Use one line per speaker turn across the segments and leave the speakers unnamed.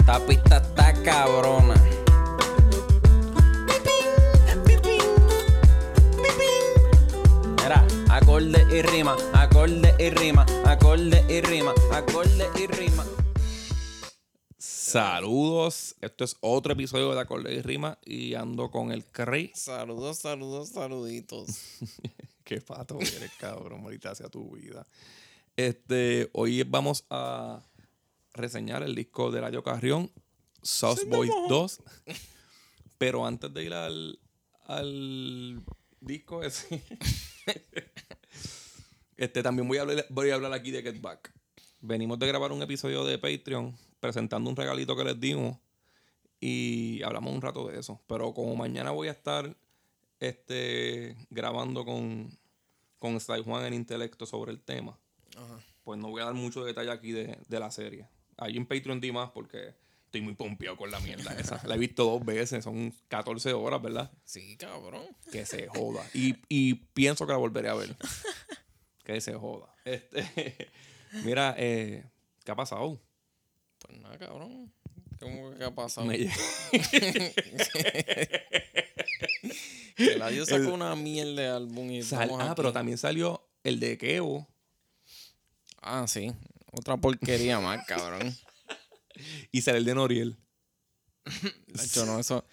Esta pista está cabrona. Mira, acorde y rima, acorde y rima, acorde y rima, acorde y rima.
Saludos, esto es otro episodio de Acorde y Rima y ando con el Cray.
Saludos, saludos, saluditos.
Qué pato eres, cabrón, ahorita hacia tu vida. Este, hoy vamos a reseñar el disco de Rayo Carrión, Sauce Boys 2. Pero antes de ir al, al disco ese, este, también voy a, hablar, voy a hablar aquí de Get Back. Venimos de grabar un episodio de Patreon presentando un regalito que les dimos y hablamos un rato de eso. Pero como mañana voy a estar este, grabando con, con Sly Juan en Intelecto sobre el tema, pues no voy a dar mucho detalle aquí de, de la serie. Ahí en Patreon di más porque estoy muy pompeado con la mierda esa. La he visto dos veces, son 14 horas, ¿verdad?
Sí, cabrón.
Que se joda. Y, y pienso que la volveré a ver. Que se joda. Este, mira, eh, ¿qué ha pasado?
Pues nada, cabrón. ¿Cómo que qué ha pasado?
Me lle-
Que la Dios sacó
El-
una miel de álbum y
Sal-
estamos
ah,
aquí.
pero también salió el de Kevo.
Ah, sí. Otra porquería más, cabrón.
Y sale el de Noriel.
Nacho, no, eso...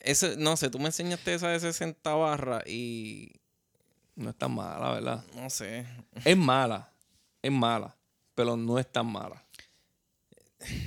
Eso, no sé, tú me enseñaste esa de 60 barras y...
No es tan mala, ¿verdad?
No sé.
Es mala. Es mala. Pero no es tan mala.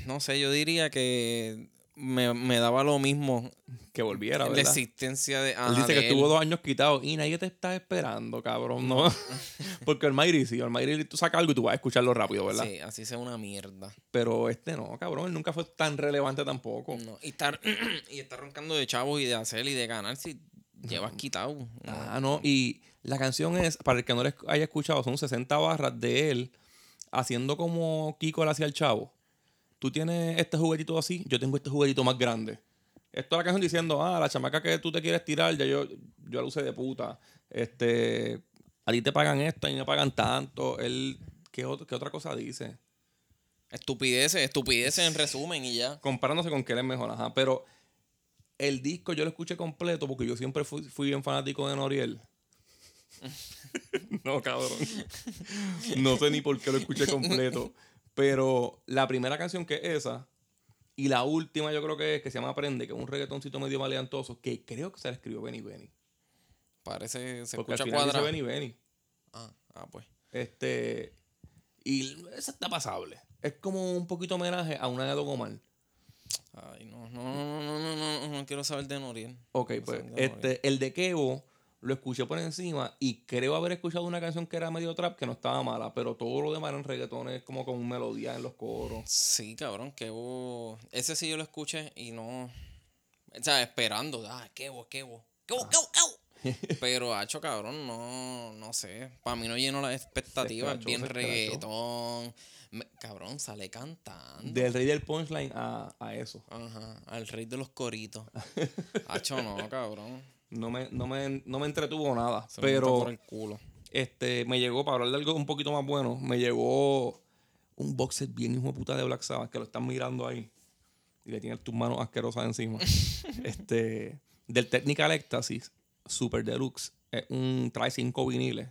No sé, yo diría que me, me daba lo mismo
Que volviera,
la
¿verdad?
existencia de...
él
ajá,
dice
de
que estuvo dos años quitado y nadie te está esperando, cabrón, ¿no? Porque el Mayri, sí, el Mayri tú sacas algo y tú vas a escucharlo rápido, ¿verdad?
Sí, así sea una mierda.
Pero este no, cabrón, él nunca fue tan relevante tampoco.
No, y estar y estar roncando de chavos y de hacer y de ganar si llevas quitado.
Ah, no, y la canción es, para el que no la haya escuchado, son 60 barras de él haciendo como Kiko le hacía al chavo. Tú tienes este juguetito así, yo tengo este juguetito más grande. Esto es la canción diciendo, ah, la chamaca que tú te quieres tirar, ya yo, yo la usé de puta. Este, a ti te pagan esto, a mí me pagan tanto. Él, ¿qué, ot- qué otra cosa dice?
Estupideces, estupideces en resumen y ya.
comparándose con que él es mejor, ajá. Pero el disco yo lo escuché completo porque yo siempre fui, fui bien fanático de Noriel. no, cabrón. No sé ni por qué lo escuché completo. Pero la primera canción que es esa y la última yo creo que es que se llama Aprende, que es un reggaetoncito medio maleantoso que creo que se la escribió Benny Benny.
Parece, se
Porque al
escucha
final dice
cuadrado.
Benny Benny.
Ah, ah, pues.
Este. Y esa está pasable. Es como un poquito homenaje a una de Dogomar.
Ay, no, no, no, no, no, no, no, no quiero saber de Noriel.
Ok,
No
pues
saber de Noriel.
este, el de Kevo lo escuché por encima y creo haber escuchado una canción que era medio trap que no estaba mala, pero todo lo demás eran reggaetones como con melodía en los coros.
Sí, cabrón, que vos. Ese sí yo lo escuché y no. O sea, esperando. Ah, qué vos, qué vos. Qué vos, qué vos, qué
Ah.
vos. Pero, hacho, cabrón, no, no sé. Para mí no lleno las expectativas.
escrachó,
bien
se escrachó.
reggaetón. Me- cabrón, sale cantando.
Del rey del punchline a, a eso.
Ajá, al rey de los coritos. Hacho, no, cabrón.
No me, no me, no me entretuvo nada,
Se me
pero
metió por el culo.
este, me llegó, para hablar de algo un poquito más bueno, me llegó un boxer bien hijo de puta de Black Sabbath que lo están mirando ahí y le tienen tus manos asquerosas encima. este, del Technical Ecstasy Super Deluxe, es un, trae cinco viniles.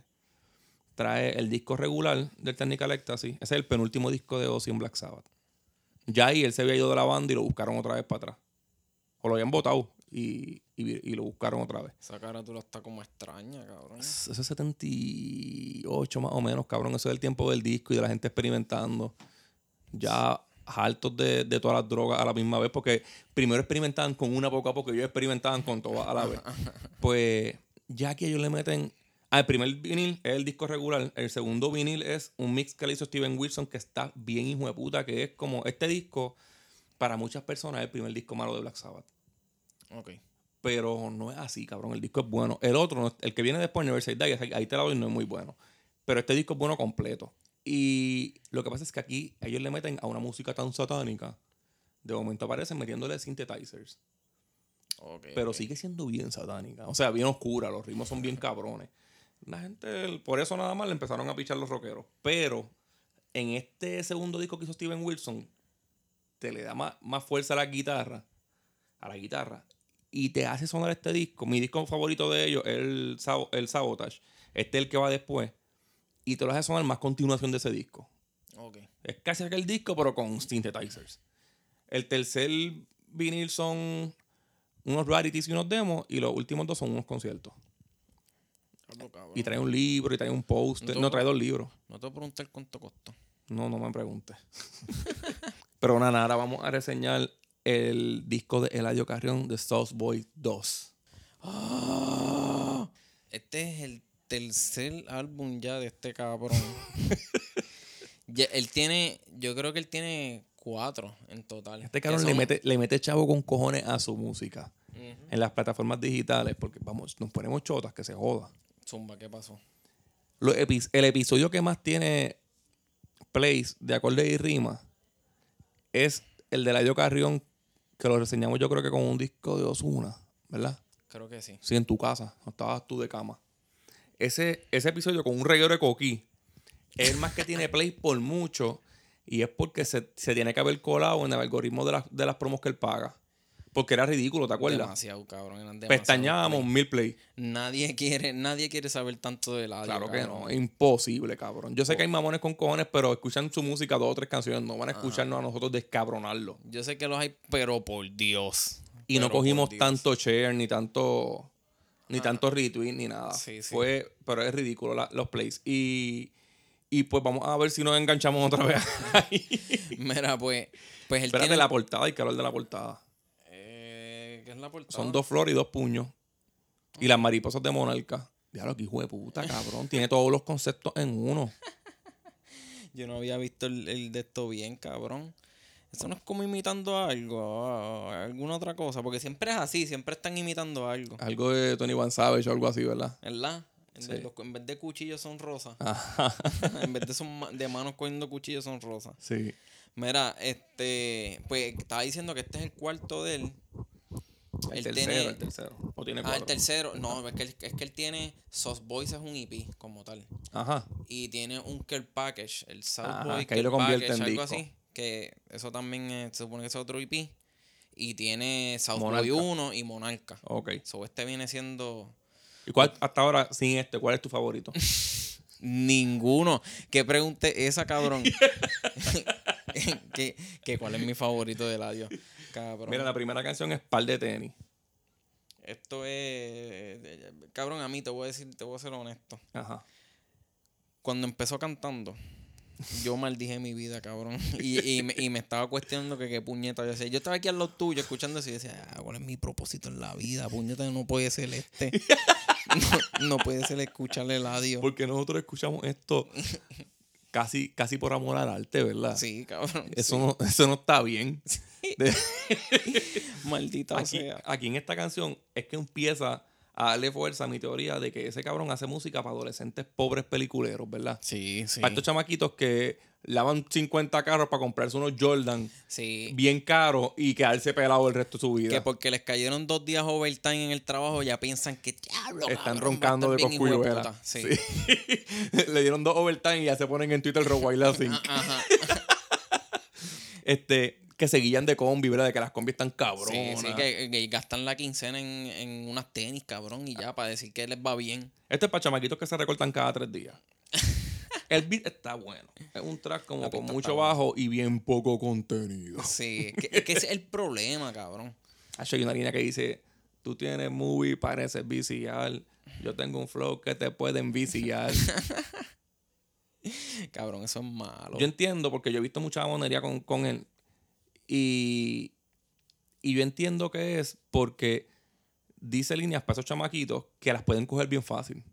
Trae el disco regular del Technical Ecstasy. Ese es el penúltimo disco de Ozzy en Black Sabbath. Ya ahí él se había ido de la banda y lo buscaron otra vez para atrás. O lo habían botado y- y- y lo buscaron otra vez.
Esa cara tú la está como extraña, cabrón.
Eso es 78 más o menos, cabrón. Eso es el tiempo del disco y de la gente experimentando. Ya hartos de, de todas las drogas a la misma vez, porque primero experimentaban con una poco a poco y ellos experimentaban con todas a la vez. Pues ya que ellos le meten... Al primer vinil es el disco regular. El segundo vinil es un mix que le hizo Steven Wilson que está bien hijo de puta, que es como este disco, para muchas personas es el primer disco malo de Black Sabbath.
Ok.
Pero no es así, cabrón. El disco es bueno. El otro, no- el que viene después, Never Day, ahí te la doy, no es muy bueno. Pero este disco es bueno completo. Y lo que pasa es que aquí ellos le meten a una música tan satánica. De momento aparecen metiéndole synthesizers.
Ok.
Pero
ok.
sigue siendo bien satánica. O sea, bien oscura. Los ritmos son bien cabrones. La gente, el- por eso nada más le empezaron a pichar los rockeros. Pero en este segundo disco que hizo Steven Wilson, te le da más, más fuerza a la guitarra, a la guitarra, y te hace sonar este disco. Mi disco favorito de ellos es el, Sabo- el Sabotage. Este es el que va después. Y te lo hace sonar más continuación de ese disco.
Ok.
Es casi aquel disco, pero con synthesizers. El tercer vinil son unos rarities y unos demos, y los últimos dos son unos conciertos.
Algo cabrón.
Y trae un libro, y trae un póster.
Tú-
No, trae dos libros.
No te voy a preguntar cuánto costó.
No, no me preguntes. pero nada, ahora vamos a reseñar el disco de Eladio Carrión de South Boy 2.
Este es el tercer álbum ya de este cabrón. Ya, él tiene, yo creo que él tiene cuatro en total.
Este
Que
cabrón le
son-
mete, le mete chavo con cojones a su música
Ujú.
en las plataformas digitales, porque vamos, nos ponemos chotas que se joda.
Zumba, ¿qué pasó?
Los epi- el episodio que más tiene plays de acorde y rima es el de Eladio Carrión, que lo reseñamos yo creo que con un disco de Osuna, ¿verdad?
Creo que sí.
Sí, en tu casa, no estabas tú de cama. Ese, ese episodio con un reguero de coquí es el más que tiene plays por mucho y es porque se, se tiene que haber colado en el algoritmo de las, de las promos que él paga. Porque era ridículo, ¿te acuerdas?
Demasiado, cabrón. eran demasiado
Pestañábamos
play.
mil plays.
Nadie quiere, nadie quiere saber tanto de la
Claro que no, imposible, cabrón. Yo sé que hay mamones con cojones, pero escuchan su música dos o tres canciones, no van a escucharnos a nosotros descabronarlo.
Yo sé que los hay, pero por Dios.
Y
Pero
no
por
cogimos
Dios.
tanto share, ni tanto, ni tanto retweet, ni nada.
Sí, sí.
Fue, pero es ridículo la- los plays. Y, y pues vamos a ver si nos enganchamos otra vez.
Mira, pues, pues él
Espérate
tiene...
la portada, hay que hablar de la portada.
Eh, ¿Qué es la portada?
Son dos flores y dos puños. Y las mariposas de monarca. Diablo, que hijo de puta, cabrón. Tiene todos los conceptos en uno.
Yo no había visto el, el de esto bien, cabrón. Eso no es como imitando algo, a- a alguna otra cosa, porque siempre es así, siempre están imitando algo,
Algo de Tony Van Savage o algo así, ¿verdad?
¿verdad? En, de-
Sí.
los- en vez de cuchillos son rosas,
Ajá.
en vez de, son ma- de manos cogiendo cuchillos son rosas.
Sí.
Mira, este, pues estaba diciendo que este es el cuarto de él.
El
Él
tercero,
tiene-
el tercero. O tiene
Ah,
cuatro.
el tercero, no, es que él, es que él tiene, Soft Boys es un EP como tal.
Ajá.
y tiene un care package, el South
Ajá,
Boy
que ahí lo
Care
convierte
Package,
en
algo
disco.
así, que eso también es- se supone que es otro IP y tiene South Boy
Monarca.
1 y Monarca.
Ok.
So, este viene siendo
¿Y cuál, hasta ahora, sin este, cuál es tu favorito?
ninguno. ¿Qué pregunte esa cabrón? que, que cuál es mi favorito de Ladio? Cabrón.
Mira, la primera canción es Par de Tenis.
Esto es eh, cabrón a mí te voy a decir, te voy a ser honesto.
Ajá.
cuando empezó cantando, yo maldije mi vida, cabrón. Y, y me, y me estaba cuestionando que qué puñeta yo hacía. Yo estaba aquí al lado tuyo escuchando eso y decía, ah, ¿cuál es mi propósito en la vida? Puñeta, no puede ser este. No, no puede ser escucharle el adiós.
Porque nosotros escuchamos esto casi, casi por amor al arte, ¿verdad?
Sí, cabrón.
Eso, No, eso no está bien. De-
Maldita
aquí,
sea.
aquí en esta canción es que empieza a darle fuerza a mi teoría de que ese cabrón hace música para adolescentes pobres peliculeros, ¿verdad?
Sí, sí.
Para estos chamaquitos que lavan 50 carros para comprarse unos Jordan
Sí.
bien caros y quedarse pelado el resto de su vida.
Que porque les cayeron dos días overtime en el trabajo, ya piensan que diablo.
Están
cabrón, va a
roncando
estar
de
bien hijo
coscuyo,
puta".
¿verdad?
Sí.
Sí. Le dieron dos overtime y ya se ponen en Twitter Roguayla así.
Ah, Ajá.
este, que se guían de combi, ¿verdad? De que las combis están
Sí,
cabronas.
sí, que, que gastan la quincena en, en unas tenis, cabrón, y ya, para decir que les va bien.
Este es para chamaquitos que se recortan cada tres días. El beat está bueno. Es un track como
La
con
pista
mucho
está buena.
bajo y bien poco contenido.
Sí, es que, es que ese es el problema, cabrón.
Hacho, Hay una línea que dice, tú tienes movie, pareces viciar. Yo tengo un flow que te pueden viciar.
Cabrón, eso es malo.
Yo entiendo, porque yo he visto mucha monería con, con él. Y, y yo entiendo que es porque dice líneas para esos chamaquitos que las pueden coger bien fácil.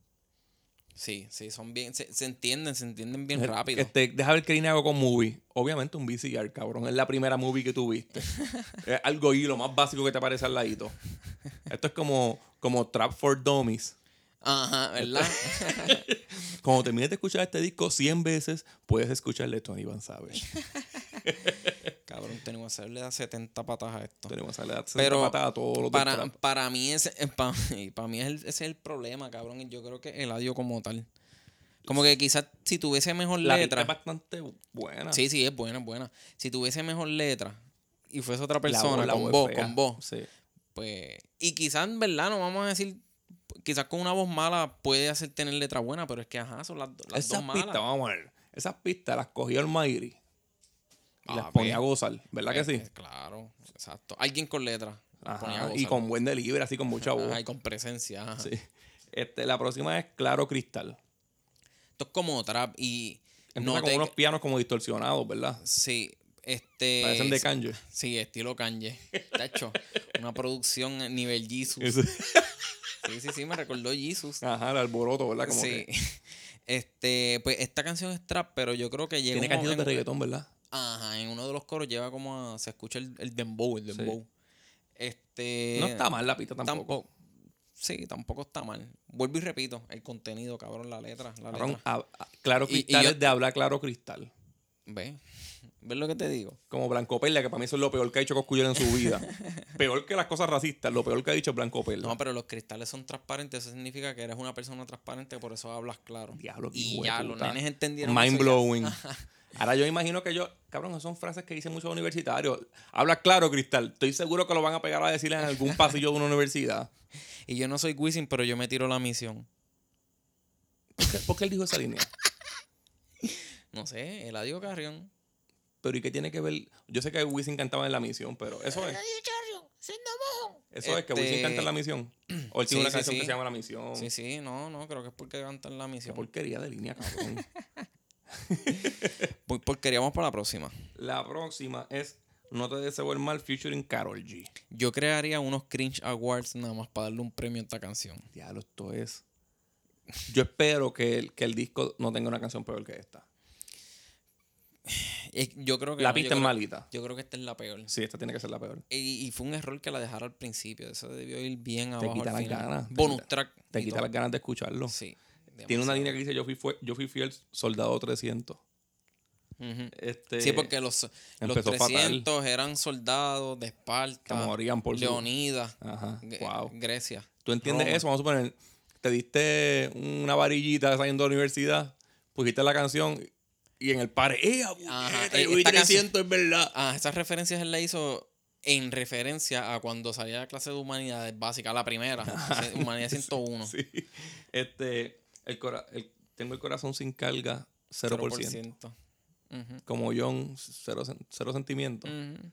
Sí, sí, son bien, se, se entienden, se entienden bien
Eh,
rápido.
Este, deja ver qué línea hago con movie. Obviamente un VCR, cabrón. Es la primera movie que tú viste. es algo y lo más básico que te aparece al ladito. Esto es como, como Trap for Dummies.
Ajá,
eh,
¿verdad?
Cuando termines de escuchar este disco 100 veces, puedes escucharle Tony Van Savage.
cabrón, tenemos que hacerle 70 patas a esto.
Tony Van Savage le da 60
Pero
patadas a todos los del
para,
trap.
para mí ese, eh, pa- y para mí es el- ese es el problema, cabrón. y Yo creo que el adiós como tal. Como que quizás si tuviese mejor
La letra
letra.
es bastante buena.
Sí, sí, es buena, es buena. Si tuviese mejor letra, y fuese otra persona,
la
con
es
vos,
fea.
con vos.
Sí.
Pues, y quizás, en verdad, no vamos a decir, quizás con una voz mala puede hacer tener letra buena, pero es que, ajá, son las, do- las
Esas
dos malas.
pistas, vamos a ver. Esas pistas las cogió el Mayri. Y las
Ah,
ponía a
ve.
gozar, ¿verdad que
Eh,
sí?
eh, claro, exacto. Alguien con letra.
Ajá,
ponía a
y
gozar.
con buen delivery, así con mucha voz.
Ajá, y con presencia. ajá.
Sí. Este, la próxima es Claro Cristal.
Esto es como trap y...
Empieza
no
con
te-
unos pianos como distorsionados, ¿verdad?
Sí, este...
Parecen de Kanye.
Sí, estilo Kanye. Tacho, una producción a nivel Jesus. Sí, sí, sí, me recordó Jesus.
Ajá, el alboroto, ¿verdad? Como
sí.
que
Este, pues esta canción es trap, pero yo creo que llega
tiene
un
canciones de
momento-
reggaetón, ¿verdad?
Ajá, en uno de los coros lleva como a- se escucha el, el dembow, el
Sí.
dembow. Este
no está mal la pista
tam-
tampoco.
Sí, tampoco está mal. Vuelvo y repito, el contenido, cabrón, la letra, la
Cabrón,
letra.
a- a- claro
Y- y
Cristal
yo-
es de hablar Claro Cristal.
¿Ves? ¿Ves lo que te digo?
Como Blanco Perla, que para mí eso es lo peor que ha hecho Coscullera en su vida. peor que las cosas racistas, lo peor que ha dicho es Blanco Perla.
No, pero los cristales son transparentes, eso significa que eres una persona transparente, por eso hablas claro.
Diablo, qué hijo
y
de
ya
puta.
los nenes entendieron.
Mind
eso ya.
blowing. Ahora yo imagino que yo, cabrón, son frases que dicen muchos universitarios. Habla claro, Cristal. Estoy seguro que lo van a pegar a decir en algún pasillo de una universidad.
Y yo no soy Wisin, pero yo me tiro la misión.
¿Por qué, por qué él dijo esa línea?
No sé, Eladio Carrión.
Pero ¿y qué tiene que ver? Yo sé que Wisin cantaba en la misión, pero eso es. Eso es que
Este-
Wisin canta en la misión. O él tiene
Sí,
una
sí,
canción
sí.
que se llama La Misión.
Sí, sí, no, no, creo que es porque cantan la
Qué
misión.
porquería de línea, cabrón.
Voy porquería, vamos para la próxima.
la próxima es No te deseo el mal featuring Carol G.
Yo crearía unos cringe awards nada más para darle un premio a esta canción.
Diablo, esto es. Yo espero que el, que el disco no tenga una canción peor que esta.
Es- Yo creo que
La
no, yo
pista es
creo-
malita.
Yo creo que esta es la peor.
Sí, esta tiene que ser la peor.
Y, y fue un error que la dejara al principio. Eso debió ir bien
Te
abajo.
quita
al
las
final.
ganas. te
Bonus
quita-
track.
Te
y
quita
todo.
las ganas de escucharlo.
Sí.
Tiene una
demasiado.
línea que dice: Yo fui, fue- yo fui fiel soldado 300.
Ujú.
Este,
Sí, porque los, los
empezó fatal.
300 eran soldados de
Que
Esparta,
morían por su-
Leonidas,
Ajá.
Gre-
Wow.
Grecia.
¿Tú entiendes
Roma.
eso? Vamos a suponer, te diste una varillita saliendo de la universidad, pusiste la canción y en el par, ¡eh,
Ajá,
abuelita! Yo
eh,
vi
esta canción-
300, es verdad.
Ah, esas referencias él la hizo en referencia a cuando salía la clase de humanidades básica, la primera, sí, humanidad 101.
Sí. Este, el cora- el- tengo el corazón sin carga, 0%.
0%. Ujú,
Como John, cero, sen- cero sentimiento.
ujú.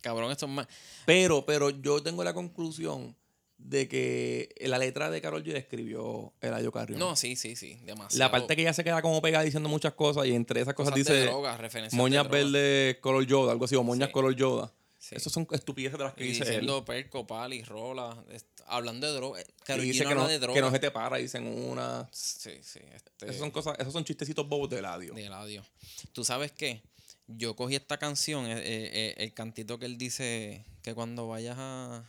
Cabrón, esto es más.
Pero, pero yo tengo la conclusión de que la letra de Carol G la escribió Eladio Carrión.
No, sí, sí, sí, demasiado.
la parte que ella se queda como pegada diciendo muchas cosas y entre esas cosas,
de
dice...
drogas, referencias de
Moñas
drogas.
verdes color yoda, algo así, o moñas
Sí.
color yoda.
Sí.
Esas son estupideces de las que
Y
dice él.
diciendo perco, pali, rola, est- hablando de drogas. Claro,
y
yo
dice
no
que no,
habla de
que
drogas.
no se te para, dicen una.
Sí, sí. Este...
Esas son cosas, esos son chistecitos bobos de ladio.
De Eladio. ¿Tú sabes qué? Yo cogí esta canción, eh, eh, eh, el cantito que él dice que cuando vayas a.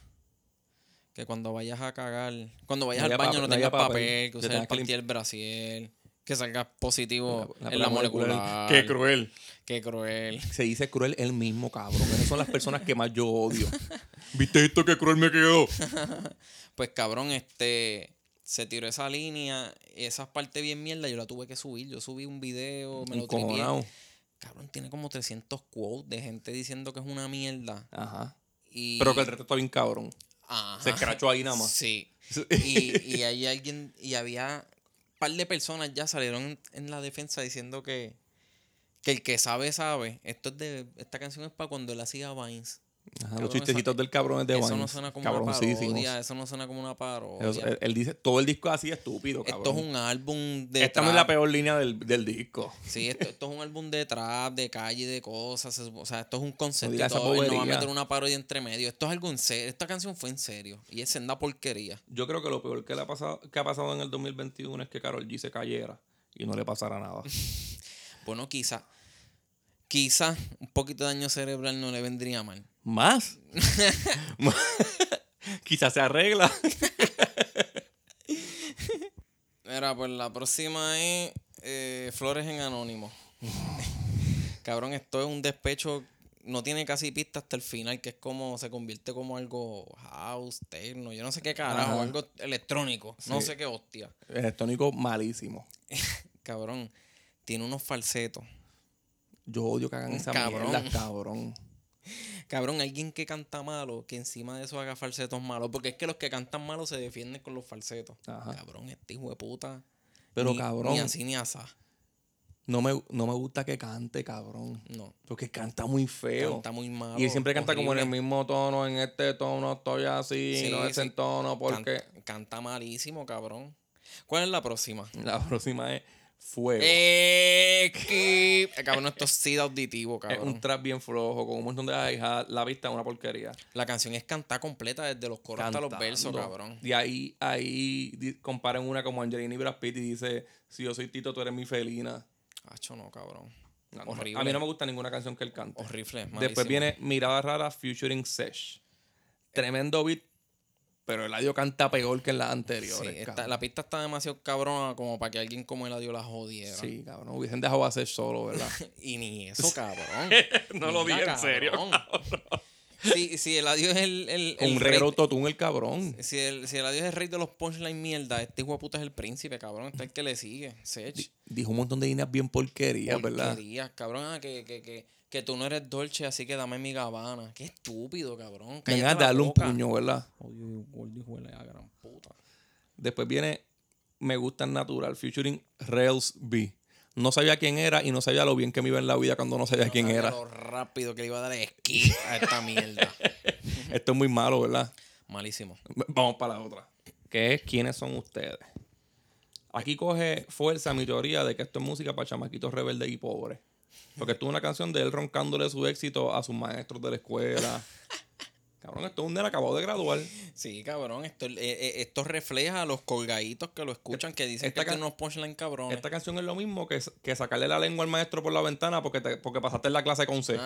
Que cuando vayas a cagar. Cuando vayas
No haya
al baño
papel-
no
no haya
tengas papel,
papel,
que
te
uses
tengas
el
que lim-
panty el brasier, que salgas positivo en la molecular.
Qué cruel.
Qué cruel.
Se dice cruel el mismo, cabrón. Esas son las personas que más yo odio. ¿Viste esto que cruel me quedó?
Pues cabrón, este. Se tiró esa línea, esa parte bien mierda, yo la tuve que subir. Yo subí un video, me lo tripié.
Encojonado.
Cabrón, tiene como 300 quotes de gente diciendo que es una mierda.
Ajá.
Y...
Pero que el reto está bien cabrón.
Ajá.
Se escrachó ahí nada más.
Sí. Y, y ahí alguien, y había un par de personas ya salieron en, en la defensa diciendo que, que el que sabe, sabe. Esto es de, esta canción es para cuando él hacía Vines.
Ajá,
Cabrón,
los chistecitos del cabrón es de
eso no
Vines.
suena como una
Cabroncísimos.
parodia, eso no suena como una parodia.
Eso- él, él dice, todo el disco es así estúpido, cabrón.
esto es un álbum de
Esta no es la peor línea del, del disco.
Sí, esto, esto es un álbum de trap, de calle, de cosas. se supo- O sea, esto es un concepto. y
digas esa
todo, él no va a
bobería.
meter una parodia entre medio. Esto es algo en serio. Esta canción fue en serio. Y es senda porquería.
Yo creo que lo peor que, le ha pasado, que ha pasado en el 2021 es que Carol G se cayera y no le pasara nada.
Bueno, quizá, quizá un poquito de daño cerebral no le vendría mal.
¿Más? Más. Quizás se arregla.
Mira, pues la próxima es eh, Flores en Anónimo. Cabrón, esto es un despecho. No tiene casi pista hasta el final, que es como se convierte como algo house, techno, yo no sé qué carajo,
Ajá.
algo electrónico, no
Sí.
sé qué hostia.
El tónico malísimo.
Cabrón, tiene unos falsetos.
Yo odio que hagan esa
Cabrón.
mierda, cabrón.
Cabrón, alguien que canta malo, que encima de eso haga falsetos malos. Porque es que los que cantan malo se defienden con los falsetos.
Ajá.
Cabrón, este hijo de puta.
Pero
ni-
cabrón,
Ni así ni asá.
no, me, no me gusta que cante, cabrón.
No.
Porque canta muy feo.
Canta muy malo.
y él siempre canta como en el
horrible.
mismo tono, en este tono estoy así,
Sí,
no es
sí.
en tono, porque...
Canta, canta malísimo, cabrón. ¿Cuál es la próxima?
La próxima es Fuego.
Eh, que- Eh, Cabrón, esto es SIDA auditivo,
es
cabrón.
un trap bien flojo, con un montón de hi-hat, la vista es una porquería.
La canción es cantar completa desde los coros hasta los versos,
Cantando.
cabrón.
Y ahí, ahí di- comparan una como Angelina y Brad Pitt y dice, si yo soy Tito, tú eres mi felina.
Hacho, no, cabrón.
Horri-
Horrible.
A mí no me gusta ninguna canción que él canta.
Horrible,
Después
malísimo.
viene Mirada Rara featuring Sesh. Tremendo beat, pero el audio canta peor que en las
Sí,
anteriores.
está-
cabrón.
la pista está demasiado cabrona como para que alguien como Eladio la jodiera.
Sí, cabrón. Hubiesen dejado a Sesh solo, ¿verdad?
Y ni eso, cabrón.
No lo
Mira,
dije en serio,
Si, si Eladio es el, el, el
un
rey,
reguero autotune el cabrón.
si, el, si Eladio es el rey de los punchline mierda, este hijo de puta es el príncipe, cabrón. Este es el que le sigue. Sech.
Dijo un montón de líneas bien porquerías, ¿verdad?
Porquerías, cabrón. Ah, que, que, que, que tú no eres Dolce, así que dame mi gabana. Qué estúpido, cabrón.
Me dan
Cállate
ganas de
la
darle un
boca.
puño, ¿verdad?
Odio, gordo, hijo de la gran puta.
Después viene Me Gusta el Natural, featuring Rails B. No sabía quién era y no sabía lo bien que me iba en la vida cuando no sabía
No
quién
sabía
era.
Lo rápido que le iba a dar esquí a esta mierda.
Esto es muy malo, ¿verdad?
Malísimo.
Vamos para la otra. Que es quiénes son ustedes. Aquí coge fuerza mi teoría de que esto es música para chamaquitos rebeldes y pobres. Porque esto es una canción de él roncándole su éxito a sus maestros de la escuela. Cabrón, esto es un nene acabado de graduar.
Sí, cabrón, esto, eh, eh, esto refleja a los colgaditos que lo escuchan, que dicen
Esta
que tiene
ca-
unos punchline cabrones.
Esta canción es lo mismo que, que sacarle la lengua al maestro por la ventana porque, te- porque pasaste la clase con C.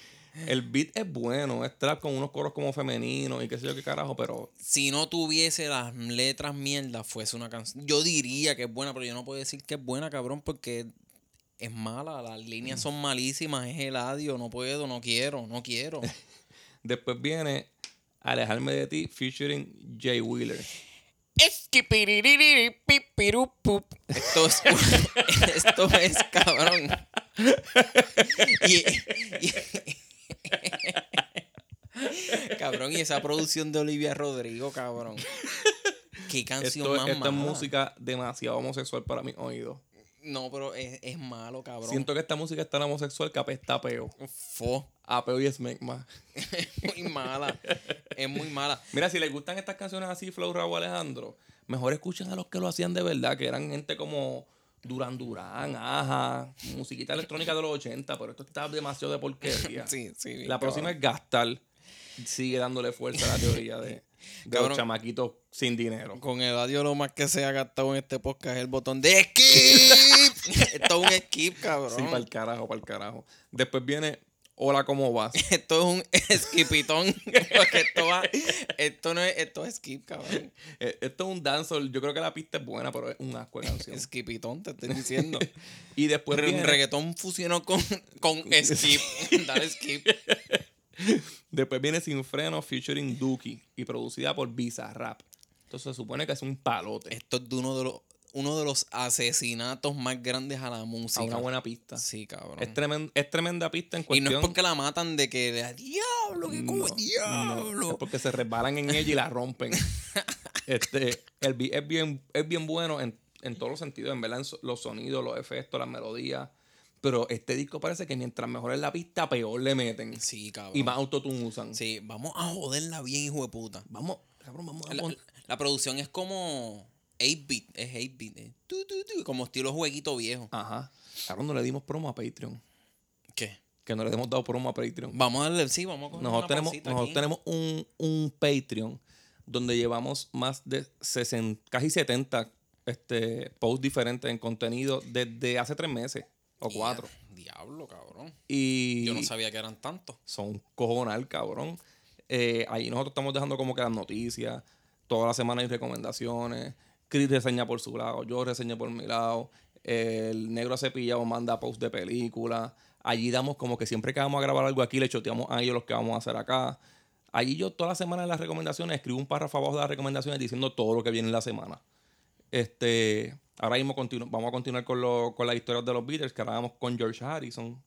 El beat es bueno, es trap con unos coros como femeninos y qué sé yo qué carajo, pero
Si no tuviese las letras mierda, fuese una canción. Yo diría que es buena, pero yo no puedo decir que es buena, cabrón, porque es mala, las
Mm.
líneas son malísimas, es heladio, no puedo, no quiero, no quiero.
después viene Alejarme de ti featuring Jay Wheeler.
Es que piririri, pipirupup. Esto es, esto es cabrón. Y- y- cabrón, y esa producción de Olivia Rodrigo, cabrón. Qué canción
Esto,
más
esta es
mala.
música demasiado homosexual para mis oídos.
No, pero es, es malo, cabrón.
Siento que esta música es tan homosexual que apesta a peo.
Fo.
A peo y smegma.
Muy mala. Es muy mala.
Mira, si les gustan estas canciones así, Flow Raúl Alejandro, mejor escuchen a los que lo hacían de verdad, que eran gente como Duran Duran, Aja, musiquita electrónica de los 80, pero esto está demasiado de porquería.
Sí, sí.
la próxima es Gastar. Sigue dándole fuerza a la teoría de, de
Cabrón.
los chamaquitos sin dinero.
Con el adiós lo más que se ha gastado en este podcast es el botón de skip. Esto es un skip,
Sí, para
cabrón.
el carajo, para el carajo. Después viene Hola, ¿cómo vas?
Esto es un skipitón. Porque esto va- Esto no es. Esto es skip, cabrón.
Eh, Esto es un dancehall. Yo creo que la pista es buena, pero es un asco de canción.
Skipitón, te estoy diciendo.
y después
Pero un
viene,
reggaetón fusionó con, con skip. Dale skip.
después viene Sin Freno featuring Duki y producida por Bizarrap. Entonces se supone que es un palote.
Esto es de uno de los, uno de los asesinatos más grandes a la
a
música.
una buena pista.
Sí, cabrón.
Es, tremen- es tremenda pista en
y
cuestión.
no es porque la matan de que de, diablo, que como
No, no,
diablo.
es porque se resbalan en ella y la rompen. este, el beat es bien, es bien bueno en, en todos los sentidos, en verdad, en so- los sonidos, los efectos, las melodías. Pero este disco parece que mientras mejor es la pista, peor le meten.
Sí, cabrón.
Y más autotune usan.
Sí, vamos a joderla bien, hijo de puta.
Vamos, cabrón, vamos a
La,
pon-
la producción es como 8-bit, es 8-bit, eh. Tu, tu, tu, como estilo jueguito viejo.
Ajá. Cabrón, no le dimos promo a Patreon.
¿Qué?
Que no le hemos dado promo a Patreon.
Vamos a darle, sí, vamos a coger
Nosotros
una
tenemos,
pausita
nosotros
aquí.
tenemos un, un Patreon donde llevamos más de 60, casi 70 este, posts diferentes en contenido desde hace tres meses o
Ya,
cuatro.
Diablo, cabrón.
Y
Yo no sabía que eran tantos.
son un cojonal, cabrón. Eh, ahí nosotros estamos dejando como que las noticias. Toda la semana hay recomendaciones. Chris reseña por su lado, yo reseño por mi lado. El negro cepillado manda post de película. Allí damos como que siempre que vamos a grabar algo aquí, le choteamos a ellos los que vamos a hacer acá. Allí yo toda la semana en las recomendaciones escribo un párrafo abajo de las recomendaciones diciendo todo lo que viene en la semana. Este, ahora mismo continu- vamos a continuar con, lo- con las historias de los Beatles, que ahora vamos con George Harrison.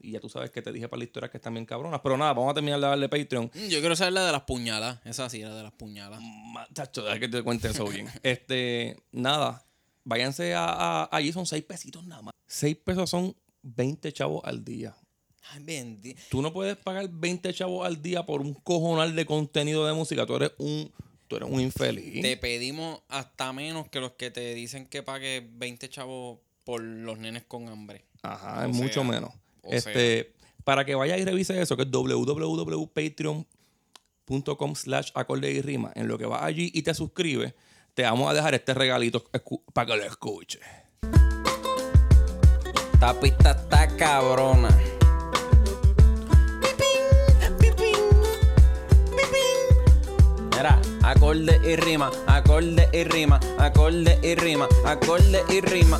Y ya tú sabes que te dije para la historia que están bien cabronas. Pero nada, vamos a terminar de darle Patreon.
Mm, Yo quiero saber la de las puñalas. Esa sí, la de las puñalas.
Ma- Ah, Chacho, deja que te cuente eso bien. este, nada, váyanse a, a- allí, son seis pesitos nada más. Seis pesos son 20 chavos al día.
Ay, bendi-
Tú no puedes pagar 20 chavos al día por un cojonal de contenido de música. Tú eres un, tú eres un infeliz.
Te pedimos hasta menos que los que te dicen que pagues 20 chavos por los nenes con hambre.
Ajá,
O
es mucho
sea,
menos.
o
Este, para que vayas y revises eso, que es www.patreon.com slash acorde y rima. En lo que vas allí y te suscribes, te vamos a dejar este regalito escu- para que lo escuches.
Esta pista está cabrona.
Mira, acorde y rima, acorde y rima, acorde y rima, acorde y rima.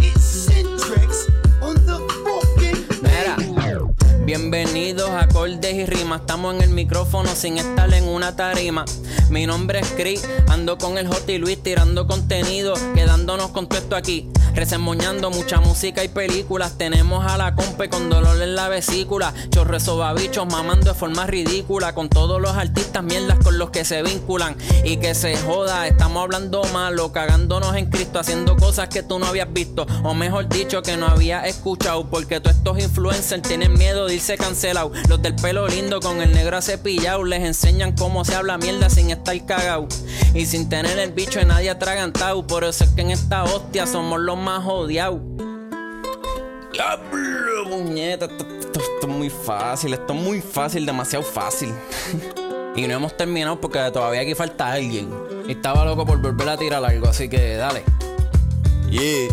It's Centrix on the fucking
Mira, bienvenidos a acordes y rimas. Estamos en el micrófono sin estar en una tarima. Mi nombre es Chris, ando con el J y Luis tirando contenido, quedándonos con todo esto aquí. Resemoñando mucha música y películas. Tenemos a la compe con dolor en la vesícula. Chorro sobabichos mamando de forma ridícula. Con todos los artistas mierdas con los que se vinculan. Y que se joda, estamos hablando malo, cagándonos en Cristo, haciendo cosas que tú no habías visto. O mejor dicho, que no habías escuchado. Porque todos estos influencers tienen miedo de irse cancelado. Los del pelo lindo con el negro acepillado. Les enseñan cómo se habla mierda sin estar cagao. Y sin tener el bicho de nadie atragantado. Por eso es que en esta hostia somos los más odiados.
Diablo, puñeta. Esto, esto- esto es muy fácil. Esto es muy fácil, demasiado fácil.
Y no hemos terminado porque todavía aquí falta alguien. Y estaba loco por volver a tirar algo, así que dale.
Yeah.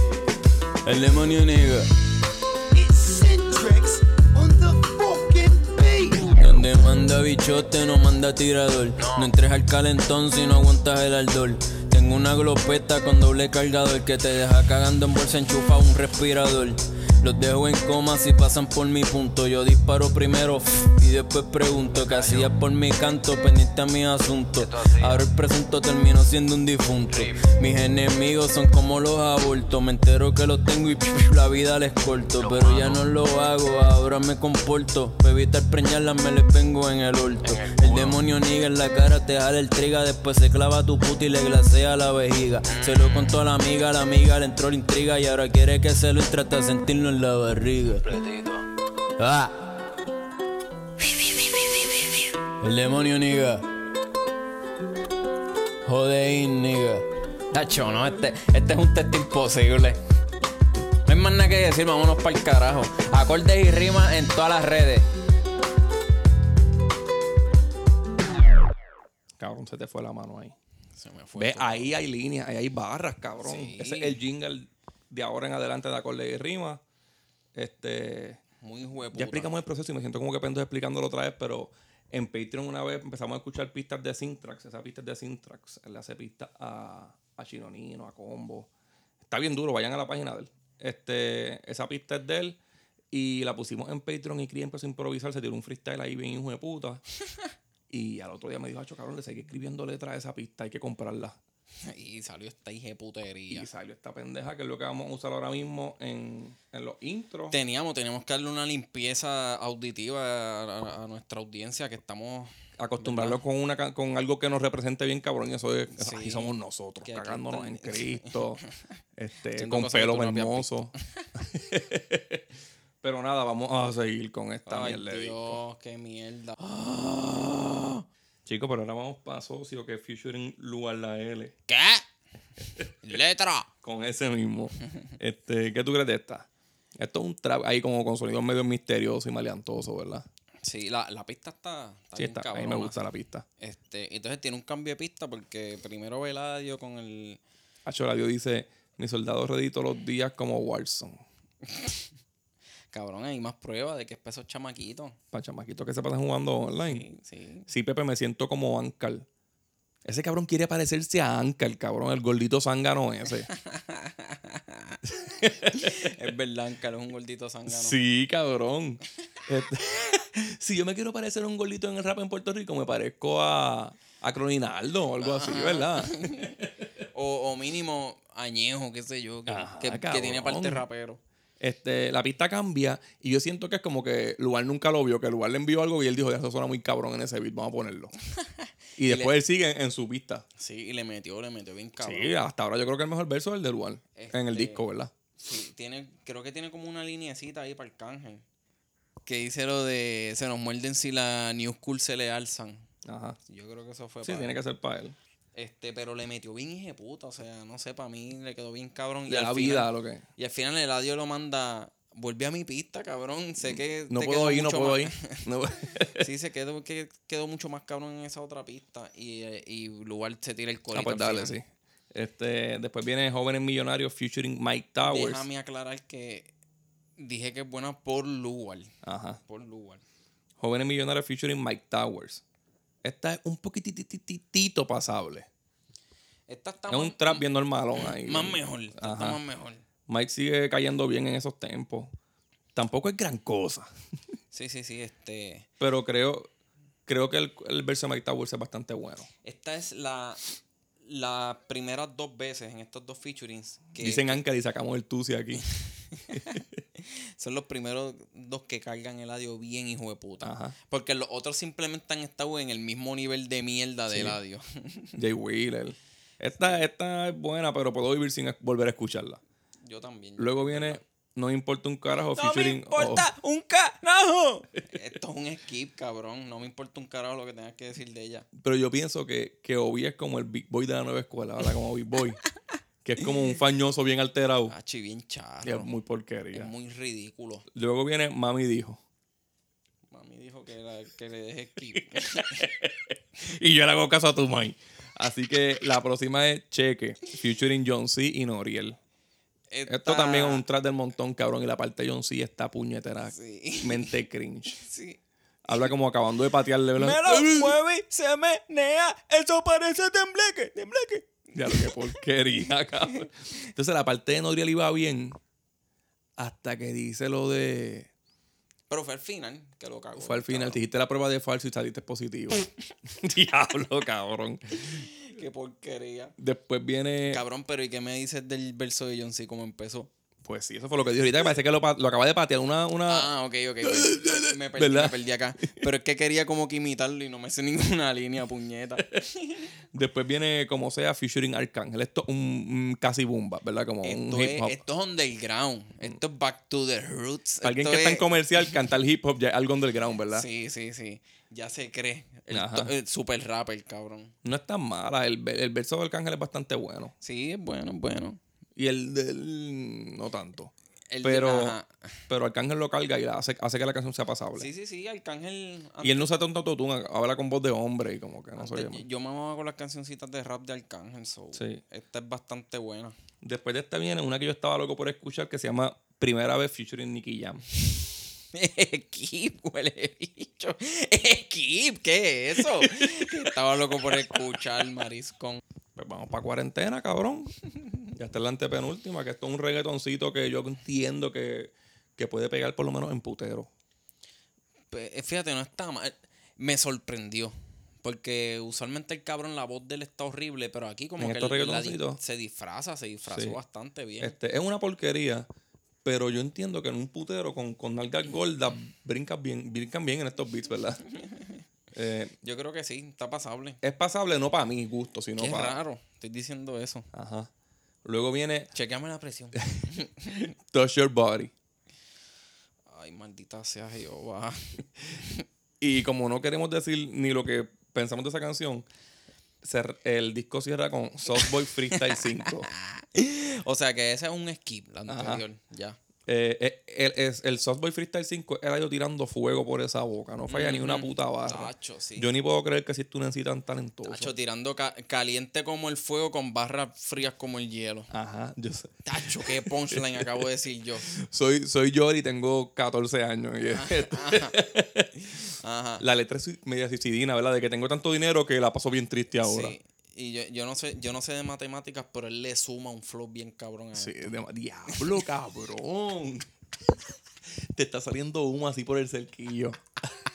El demonio negro.
It's Centrix on the fucking beat.
Donde manda bichote no manda tirador. No entres al calentón si no aguantas el ardor. Tengo una glopeta con doble cargador que te deja cagando en bolsa enchufa un respirador. Los dejo en coma si pasan por mi punto. Yo disparo primero y después pregunto qué hacías por mi canto, pendiente a mi asunto. Ahora el presunto terminó siendo un difunto. Mis enemigos son como los abortos. Me entero que los tengo y la vida les corto. Pero ya no lo hago, ahora me comporto. Para evitar preñarlas me les vengo en el orto. El demonio niga en la cara, te jala el triga. Después se clava tu puta y le glasea la vejiga. Se lo contó a la amiga, la amiga le entró la intriga. Y ahora quiere que se lo y trata de sentirlo en la barriga. Ah. El demonio niga. Jodeín, nigga. Tacho, no, este, este es un test imposible. No hay más nada que decir, vámonos para el carajo. Acordes y rimas en todas las redes.
Cabrón, se te fue la mano ahí.
Se me
Ve, ahí hay líneas, ahí hay barras, cabrón.
Sí.
Ese es el jingle de ahora en adelante de acorde y rima. Este.
Muy huevo.
Ya explicamos el proceso y me siento como que pendejo explicándolo otra vez, pero en Patreon una vez empezamos a escuchar pistas de Syntrax. Esa pista es de Syntrax. Él le hace pistas a, a Chinonino, a Combo. Está bien duro, vayan a la página de él. Este, esa pista es de él y la pusimos en Patreon y Cris empezó a improvisar. Se tiró un freestyle ahí bien hijo de puta. y al otro día me dijo, "Acho, cabrón, le seguí escribiendo letras a esa pista, hay que comprarla.
Y salió esta
Y
putería.
salió esta pendeja que es lo que vamos a usar ahora mismo en, en los intros.
Teníamos, teníamos que darle una limpieza auditiva a, a- a nuestra audiencia que estamos.
acostumbrarlo con una ca- con algo que nos represente bien cabrón y eso es
Sí.
así somos nosotros
Que aquí
cagándonos en
están-
Cristo este
Haciendo
con
cosas que tú
pelo
no habías
hermoso pero nada vamos a seguir con esta
Ay,
mierda de disco.
Dios, qué mierda.
chicos pero ahora vamos para socio que featuring lugar la L
¿Qué? Letra.
con ese mismo este ¿qué tú crees de esta? esto es un trap ahí como con sonidos medio misterioso y maleantoso ¿verdad?
Sí, la, la pista está. está
sí
bien
está a mí me
cabrona.
gusta la pista
Este, entonces tiene un cambio de pista porque primero Veladio con el.
Hacho Radio dice mis soldados redito los días como Warzone
Cabrón, hay más pruebas de que es pa' esos chamaquitos.
para chamaquitos que se pasan jugando online.
Sí, sí.
Sí, Pepe, me siento como Ankar. Ese cabrón quiere parecerse a Ankar, cabrón, el gordito zángano ese.
es verdad, Ankar es un gordito zángano.
Sí, cabrón. Este- si yo me quiero parecer a un gordito en el rap en Puerto Rico, me parezco a, a Croninaldo o algo así, ¿verdad?
O, o mínimo añejo, qué sé yo, que,
Ajá,
que- que
cabrón.
tiene parte rapero.
Este, la pista cambia y yo siento que es como que Lugar nunca lo vio, que Lugar le envió algo y él dijo, ya eso suena muy cabrón en ese beat, vamos a ponerlo. y después él sigue en, en su pista.
Sí, y le metió, le metió bien cabrón.
Sí, hasta ahora yo creo que el mejor verso es el de Lugar en el
Este-
disco, ¿verdad?
Sí, tiene, creo que tiene como una lineecita ahí para Arcángel. Que dice lo de se nos muerden si la New School se le alzan.
Ajá.
Yo creo que eso fue
Sí,
para
tiene que ser para él.
Este, pero le metió bien hijo de puta. O sea, no sé, para mí le quedó bien cabrón.
De
al
la
final-
vida, lo que.
Y al final el audio lo manda. Volví a mi pista, cabrón. Sé que.
No
te
puedo
quedó
ir, no
mucho
puedo
más-
ir. No puedo-
Sí, se quedó, que quedó mucho más cabrón en esa otra pista. Y, eh, y lugar se tira el corito.
Ah, pues
al
dale,
final.
sí. Este, después viene Jóvenes Millonarios featuring Mike Towers.
Déjame aclarar que dije que es buena por lugar.
Ajá.
Por lugar.
Jóvenes Millonarios featuring Mike Towers. Esta es un poquitititito pasable.
Esta está
Es un
más-
trap bien normalón ahí.
Más mejor. esta
Ajá.
está más mejor.
Mike sigue cayendo bien en esos tempos. Tampoco es gran cosa.
Sí, sí, sí. Este,
Pero creo, creo que el, el verso de Mike Towers es bastante bueno.
esta es la, la primera dos veces en estos dos featurings que
Dicen Anker y sacamos el Tusi aquí.
son los primeros dos que cargan el audio bien, hijo de puta.
Ajá.
Porque los otros simplemente han estado en el mismo nivel de mierda del audio.
Jay Wheeler. Esta, esta es buena, pero puedo vivir sin es- volver a escucharla.
Yo también.
Luego viene No importa un carajo
¡No me
featuring. oh.
importa un carajo! Esto es un skip, cabrón. No me importa un carajo lo que tengas que decir de ella.
oh, pero yo pienso que, que Obi es como el Big Boy de la nueva escuela, ahora como Big Boy. que es como un fañoso bien alterado.
Hachi, bien
que es
charro.
muy porquería.
Es muy ridículo.
Luego viene Mami dijo.
Mami dijo que, la- que le deje skip.
Y yo le hago caso a tu mãe. Así que la próxima es Cheque, featuring John C. y Noriel.
Esta-
Esto también es un track del montón, cabrón. Y la parte de John C. está puñetera.
Sí.
Mente cringe.
Sí.
Habla como acabando de patearle. ¿verdad?
Me lo mueve y se menea. Eso parece tembleque, tembleque.
Ya lo que porquería, cabrón. Entonces la parte de Noriel iba bien hasta que dice lo de.
Pero fue al final que lo cagó.
Fue al final, te
cabrón.
dijiste la prueba de falso y saliste positivo. Diablo, cabrón.
Qué porquería.
Después viene.
Cabrón, pero ¿y qué me dices del verso de John C? ¿Cómo empezó?
Pues sí, eso fue lo que dijo ahorita. que Parece que lo, pa- lo acaba de patear una. una...
Ah, ok, ok. pues, Me perdí,
¿Verdad?
me perdí acá. Pero es que quería como que imitarlo y no me sé ninguna línea, puñeta.
Después viene como sea featuring Arcángel. Esto es un, un casi bomba, ¿verdad? Como
Esto
un hip
es,
hop.
esto es underground. Esto es back to the roots.
Para Alguien
esto
que está en
es-
comercial cantar hip hop ya es algo underground, ¿verdad?
Sí, sí, sí. Ya se cree. El,
Ajá.
to- el super rapper, cabrón.
No es tan mala. El, el verso de Arcángel es bastante bueno.
Sí, es bueno, es bueno.
Y el del. No tanto.
El de-
pero,
ajá.
pero Arcángel lo carga y la hace, hace que la canción sea pasable.
Sí, sí, sí, Arcángel.
Y él no usa tanto autotune, habla con voz de hombre y como que no se
antes-
oye mal.
yo me amaba con las cancioncitas de rap de Arcángel, so.
Sí.
Esta es bastante buena.
Después de esta viene una que yo estaba loco por escuchar que se llama Primera vez featuring Nicky Jam.
Skip, huele bicho. Skip, ¿qué es eso? Estaba loco por escuchar Mariscón.
Pues vamos para cuarentena, cabrón. Ya está la antepenúltima, que esto es un reggaetoncito que yo entiendo que, que puede pegar por lo menos en putero.
Pe- eh, Fíjate, no está mal. Me sorprendió. Porque usualmente el cabrón, la voz de él está horrible, pero aquí como
En
que
estos
la- la
reggaetoncitos.
se disfraza, se disfrazó
Sí.
bastante bien.
Este, es una porquería, pero yo entiendo que en un putero con, con nalgas gordas brincas bien, brincan bien en estos beats, ¿verdad? Eh,
Yo creo que sí, está pasable.
es pasable no para mi gusto, sino
Qué
para...
raro, estoy diciendo eso.
Ajá. Luego viene
Chequeame la presión.
Touch Your Body.
Ay, maldita sea Jehová.
Y como no queremos decir ni lo que pensamos de esa canción, cer- el disco cierra con Softboy Freestyle 5.
O sea que ese es un skip, la
Ajá.
anterior. Ya.
Eh, eh, el, es- el Softboy Freestyle 5 era yo tirando fuego por esa boca. No falla ni una puta barra.
Mm-hmm. Tacho, sí.
Yo ni puedo creer que existe un MC tan talentoso.
Tacho, tirando ca- caliente como el fuego con barras frías como el hielo.
Ajá, yo sé.
Tacho, qué punchline acabo de decir yo.
Soy, soy Yori, tengo 14 años. y
Ah.
esto-
Ajá.
la letra es media suicidina, ¿verdad? De que tengo tanto dinero que la paso bien triste ahora.
Sí. Y yo, yo no sé, yo no sé de matemáticas, pero él le suma un flow bien cabrón a
Sí,
él.
de- diablo, cabrón. Te está saliendo humo así por el cerquillo.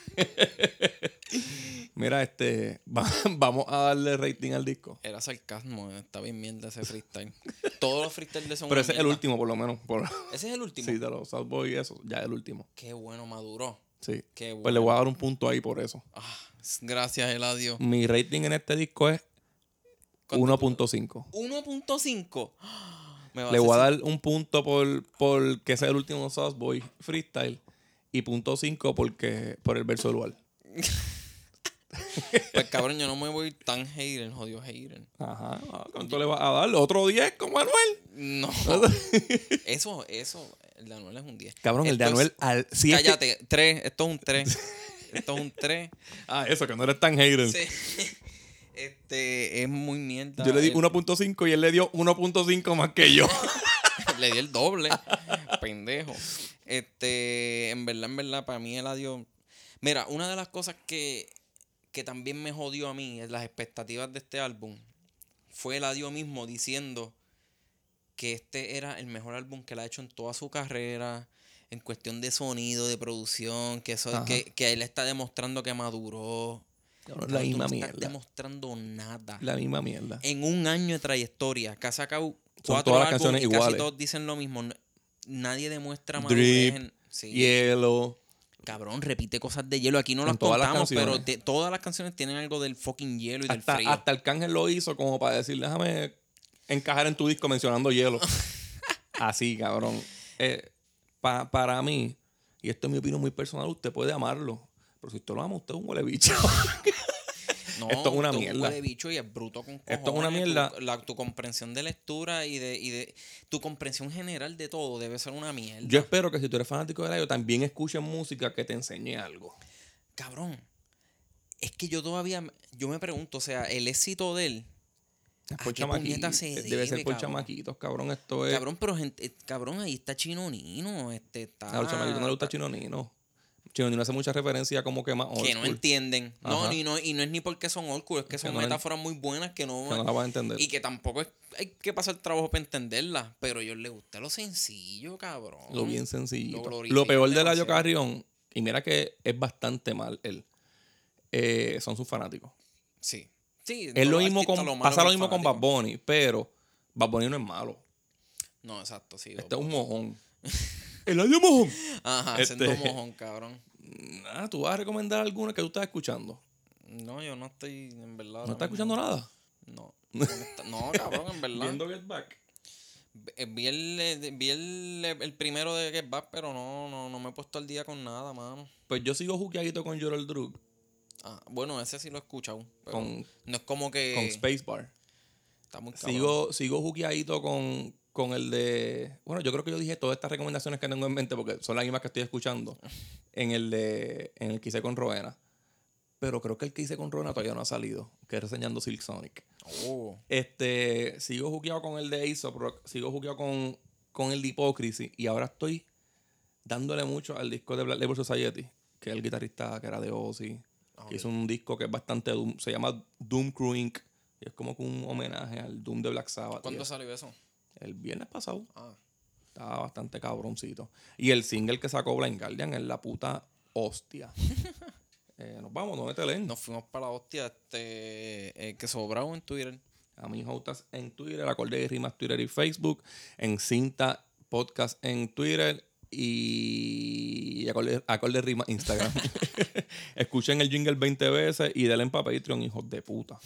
Mira, este, va- vamos a darle rating al disco.
Era sarcasmo, eh, está bien mierda ese freestyle. Todos los freestyles de son
Pero
una
ese es el
mierda.
último, por lo menos. por-
Ese es el último.
sí, de los South Boy y eso, ya el último.
Qué bueno, maduró.
Sí.
Qué
Pues le voy a dar un punto ahí por eso.
Ah, gracias, Eladio.
Mi rating en este disco es
¿Cuánto
1.5.
1.5. Ah, me va
Le voy a
hacer-
dar un punto por, por que sea el último South Boy freestyle y punto 5 porque, por el verso dual.
Pues cabrón, yo no me voy tan hater, jodido hater.
Ajá. ah, ¿Cuánto le vas a dar? ¿Otro 10 con Manuel?
No. eso, eso, el de Anuel es un 10.
Cabrón, el de
Esto es-
Anuel al si es que-
cállate, 3, esto es un 3. esto es un 3.
Ah, eso, que no eres tan hater.
Este, es muy mierda.
Yo le di
El-
1.5 y él le dio 1.5 más que yo.
Le di el doble. Pendejo. Este, en verdad, en verdad, para mí el adiós. Mira, una de las cosas que, que también me jodió a mí en las expectativas de este álbum fue el adiós mismo diciendo que este era el mejor álbum que él ha hecho en toda su carrera. En cuestión de sonido, de producción, que eso
Ajá.
que, que él está demostrando que maduró.
Cabrón, la
Tú
misma
no estás
mierda.
demostrando nada
La misma mierda.
en un año de trayectoria que ha sacado cuatro
todas las
álbumes
canciones
y
iguales.
casi todos dicen lo mismo. N- Nadie demuestra más
Drip,
sí.
Hielo.
Cabrón, repite cosas de hielo. Aquí no
En
las
todas las
contamos, pero
canciones.
te- todas las canciones tienen algo del fucking hielo y del
Hasta,
frío.
hasta el cángel lo hizo como para decir, déjame encajar en tu disco mencionando hielo. Así, cabrón. Eh, pa- para mí, y esto es mi opinión muy personal, usted puede amarlo. Pero si usted lo ama, usted es un huele bicho.
No,
esto es una
tú
mierda.
huele bicho y es bruto con
es
cojones.
una mierda.
Tu, la- tu comprensión de lectura y de, y de- Tu comprensión general de todo debe ser una mierda.
Yo espero que si tú eres fanático de radio, también escuches música que te enseñe algo.
Cabrón, es que yo todavía... me- Yo me pregunto, o sea, el éxito de él...
Es
¿A
por
qué puñeta
chamaquitos.
se
Debe ser
debe,
por
cabrón?
chamaquitos, cabrón. Esto es.
Cabrón, pero gente, eh, cabrón, ahí está Chinonino, este está.
A Ah, los chamaquitos no le gusta Chinonino. Chinonino hace mucha referencia como que más old
Que no
school,
entienden. No,
Ajá.
ni no, y no es ni porque son old school, es que son
no le-
metáforas muy buenas que no.
Que no la vas a entender.
y que tampoco es, hay que pasar trabajo para entenderlas. Pero a ellos les gusta lo sencillo, cabrón.
Lo bien sencillito. Lo,
glorifican
peor de Layo
demasiado.
Carrión, y mira que es bastante mal él, eh, son sus fanáticos.
Sí. Sí,
Es
no,
lo
los
mismo
artistas,
con,
lo malo
pasa
que
lo
el
mismo con Bad
fanático.
Bunny, pero Bad Bunny no es malo.
No, exacto, sí.
Este es
Bad
un mojón. ¿El Layo mojón?
Bunny. Ajá,
este-
siendo mojón, cabrón.
Ah, tú vas a recomendar alguna que tú estás escuchando.
No, yo no estoy, en verdad.
¿No estás escuchando nada?
No. honesta- No, cabrón, en verdad.
Viendo Get Back.
Eh, Vi el, eh, vi el, el primero de Get Back, pero no, no, no me he puesto al día con nada, mano.
Pues yo sigo juqueadito con Joral Drug,
Ah, bueno, ese sí lo he escuchado. Pero eh,
con,
no es como que.
con Spacebar.
Está muy cabrón.
Sigo, sigo juqueadito con, con el de. Bueno, yo creo que yo dije todas estas recomendaciones que tengo en mente porque son las mismas que estoy escuchando. En el de. En el que hice con Roena. Pero creo que el que hice con Roena todavía no ha salido. Que es reseñando Silk Sonic.
Oh,
Este. Sigo juqueado con el de Aesop Rock, Sigo juqueado con, con el de Hypocrisy. Y ahora estoy dándole mucho al disco de Black Label Society. Que es el guitarrista que era de Ozzy.
ok.
Que hizo un disco que es bastante Doom. Se llama Doom Crew Inc. Y es como que un homenaje al Doom de Black Sabbath. y
¿Cuándo
eso.
salió eso?
El viernes pasado
Ah,
estaba bastante cabroncito. Y el single que sacó Blind Guardian es la puta hostia. Eh, nos vamos, no te leen.
nos fuimos para la hostia. Este. eh, que sobrado en Twitter.
A mí Jotas en Twitter, Acorde y Rimas Twitter y Facebook, en Cinta Podcast en Twitter y Acorde, Acorde y Rimas Instagram. Escuchen el jingle 20 veces y denle para Patreon, hijos de puta.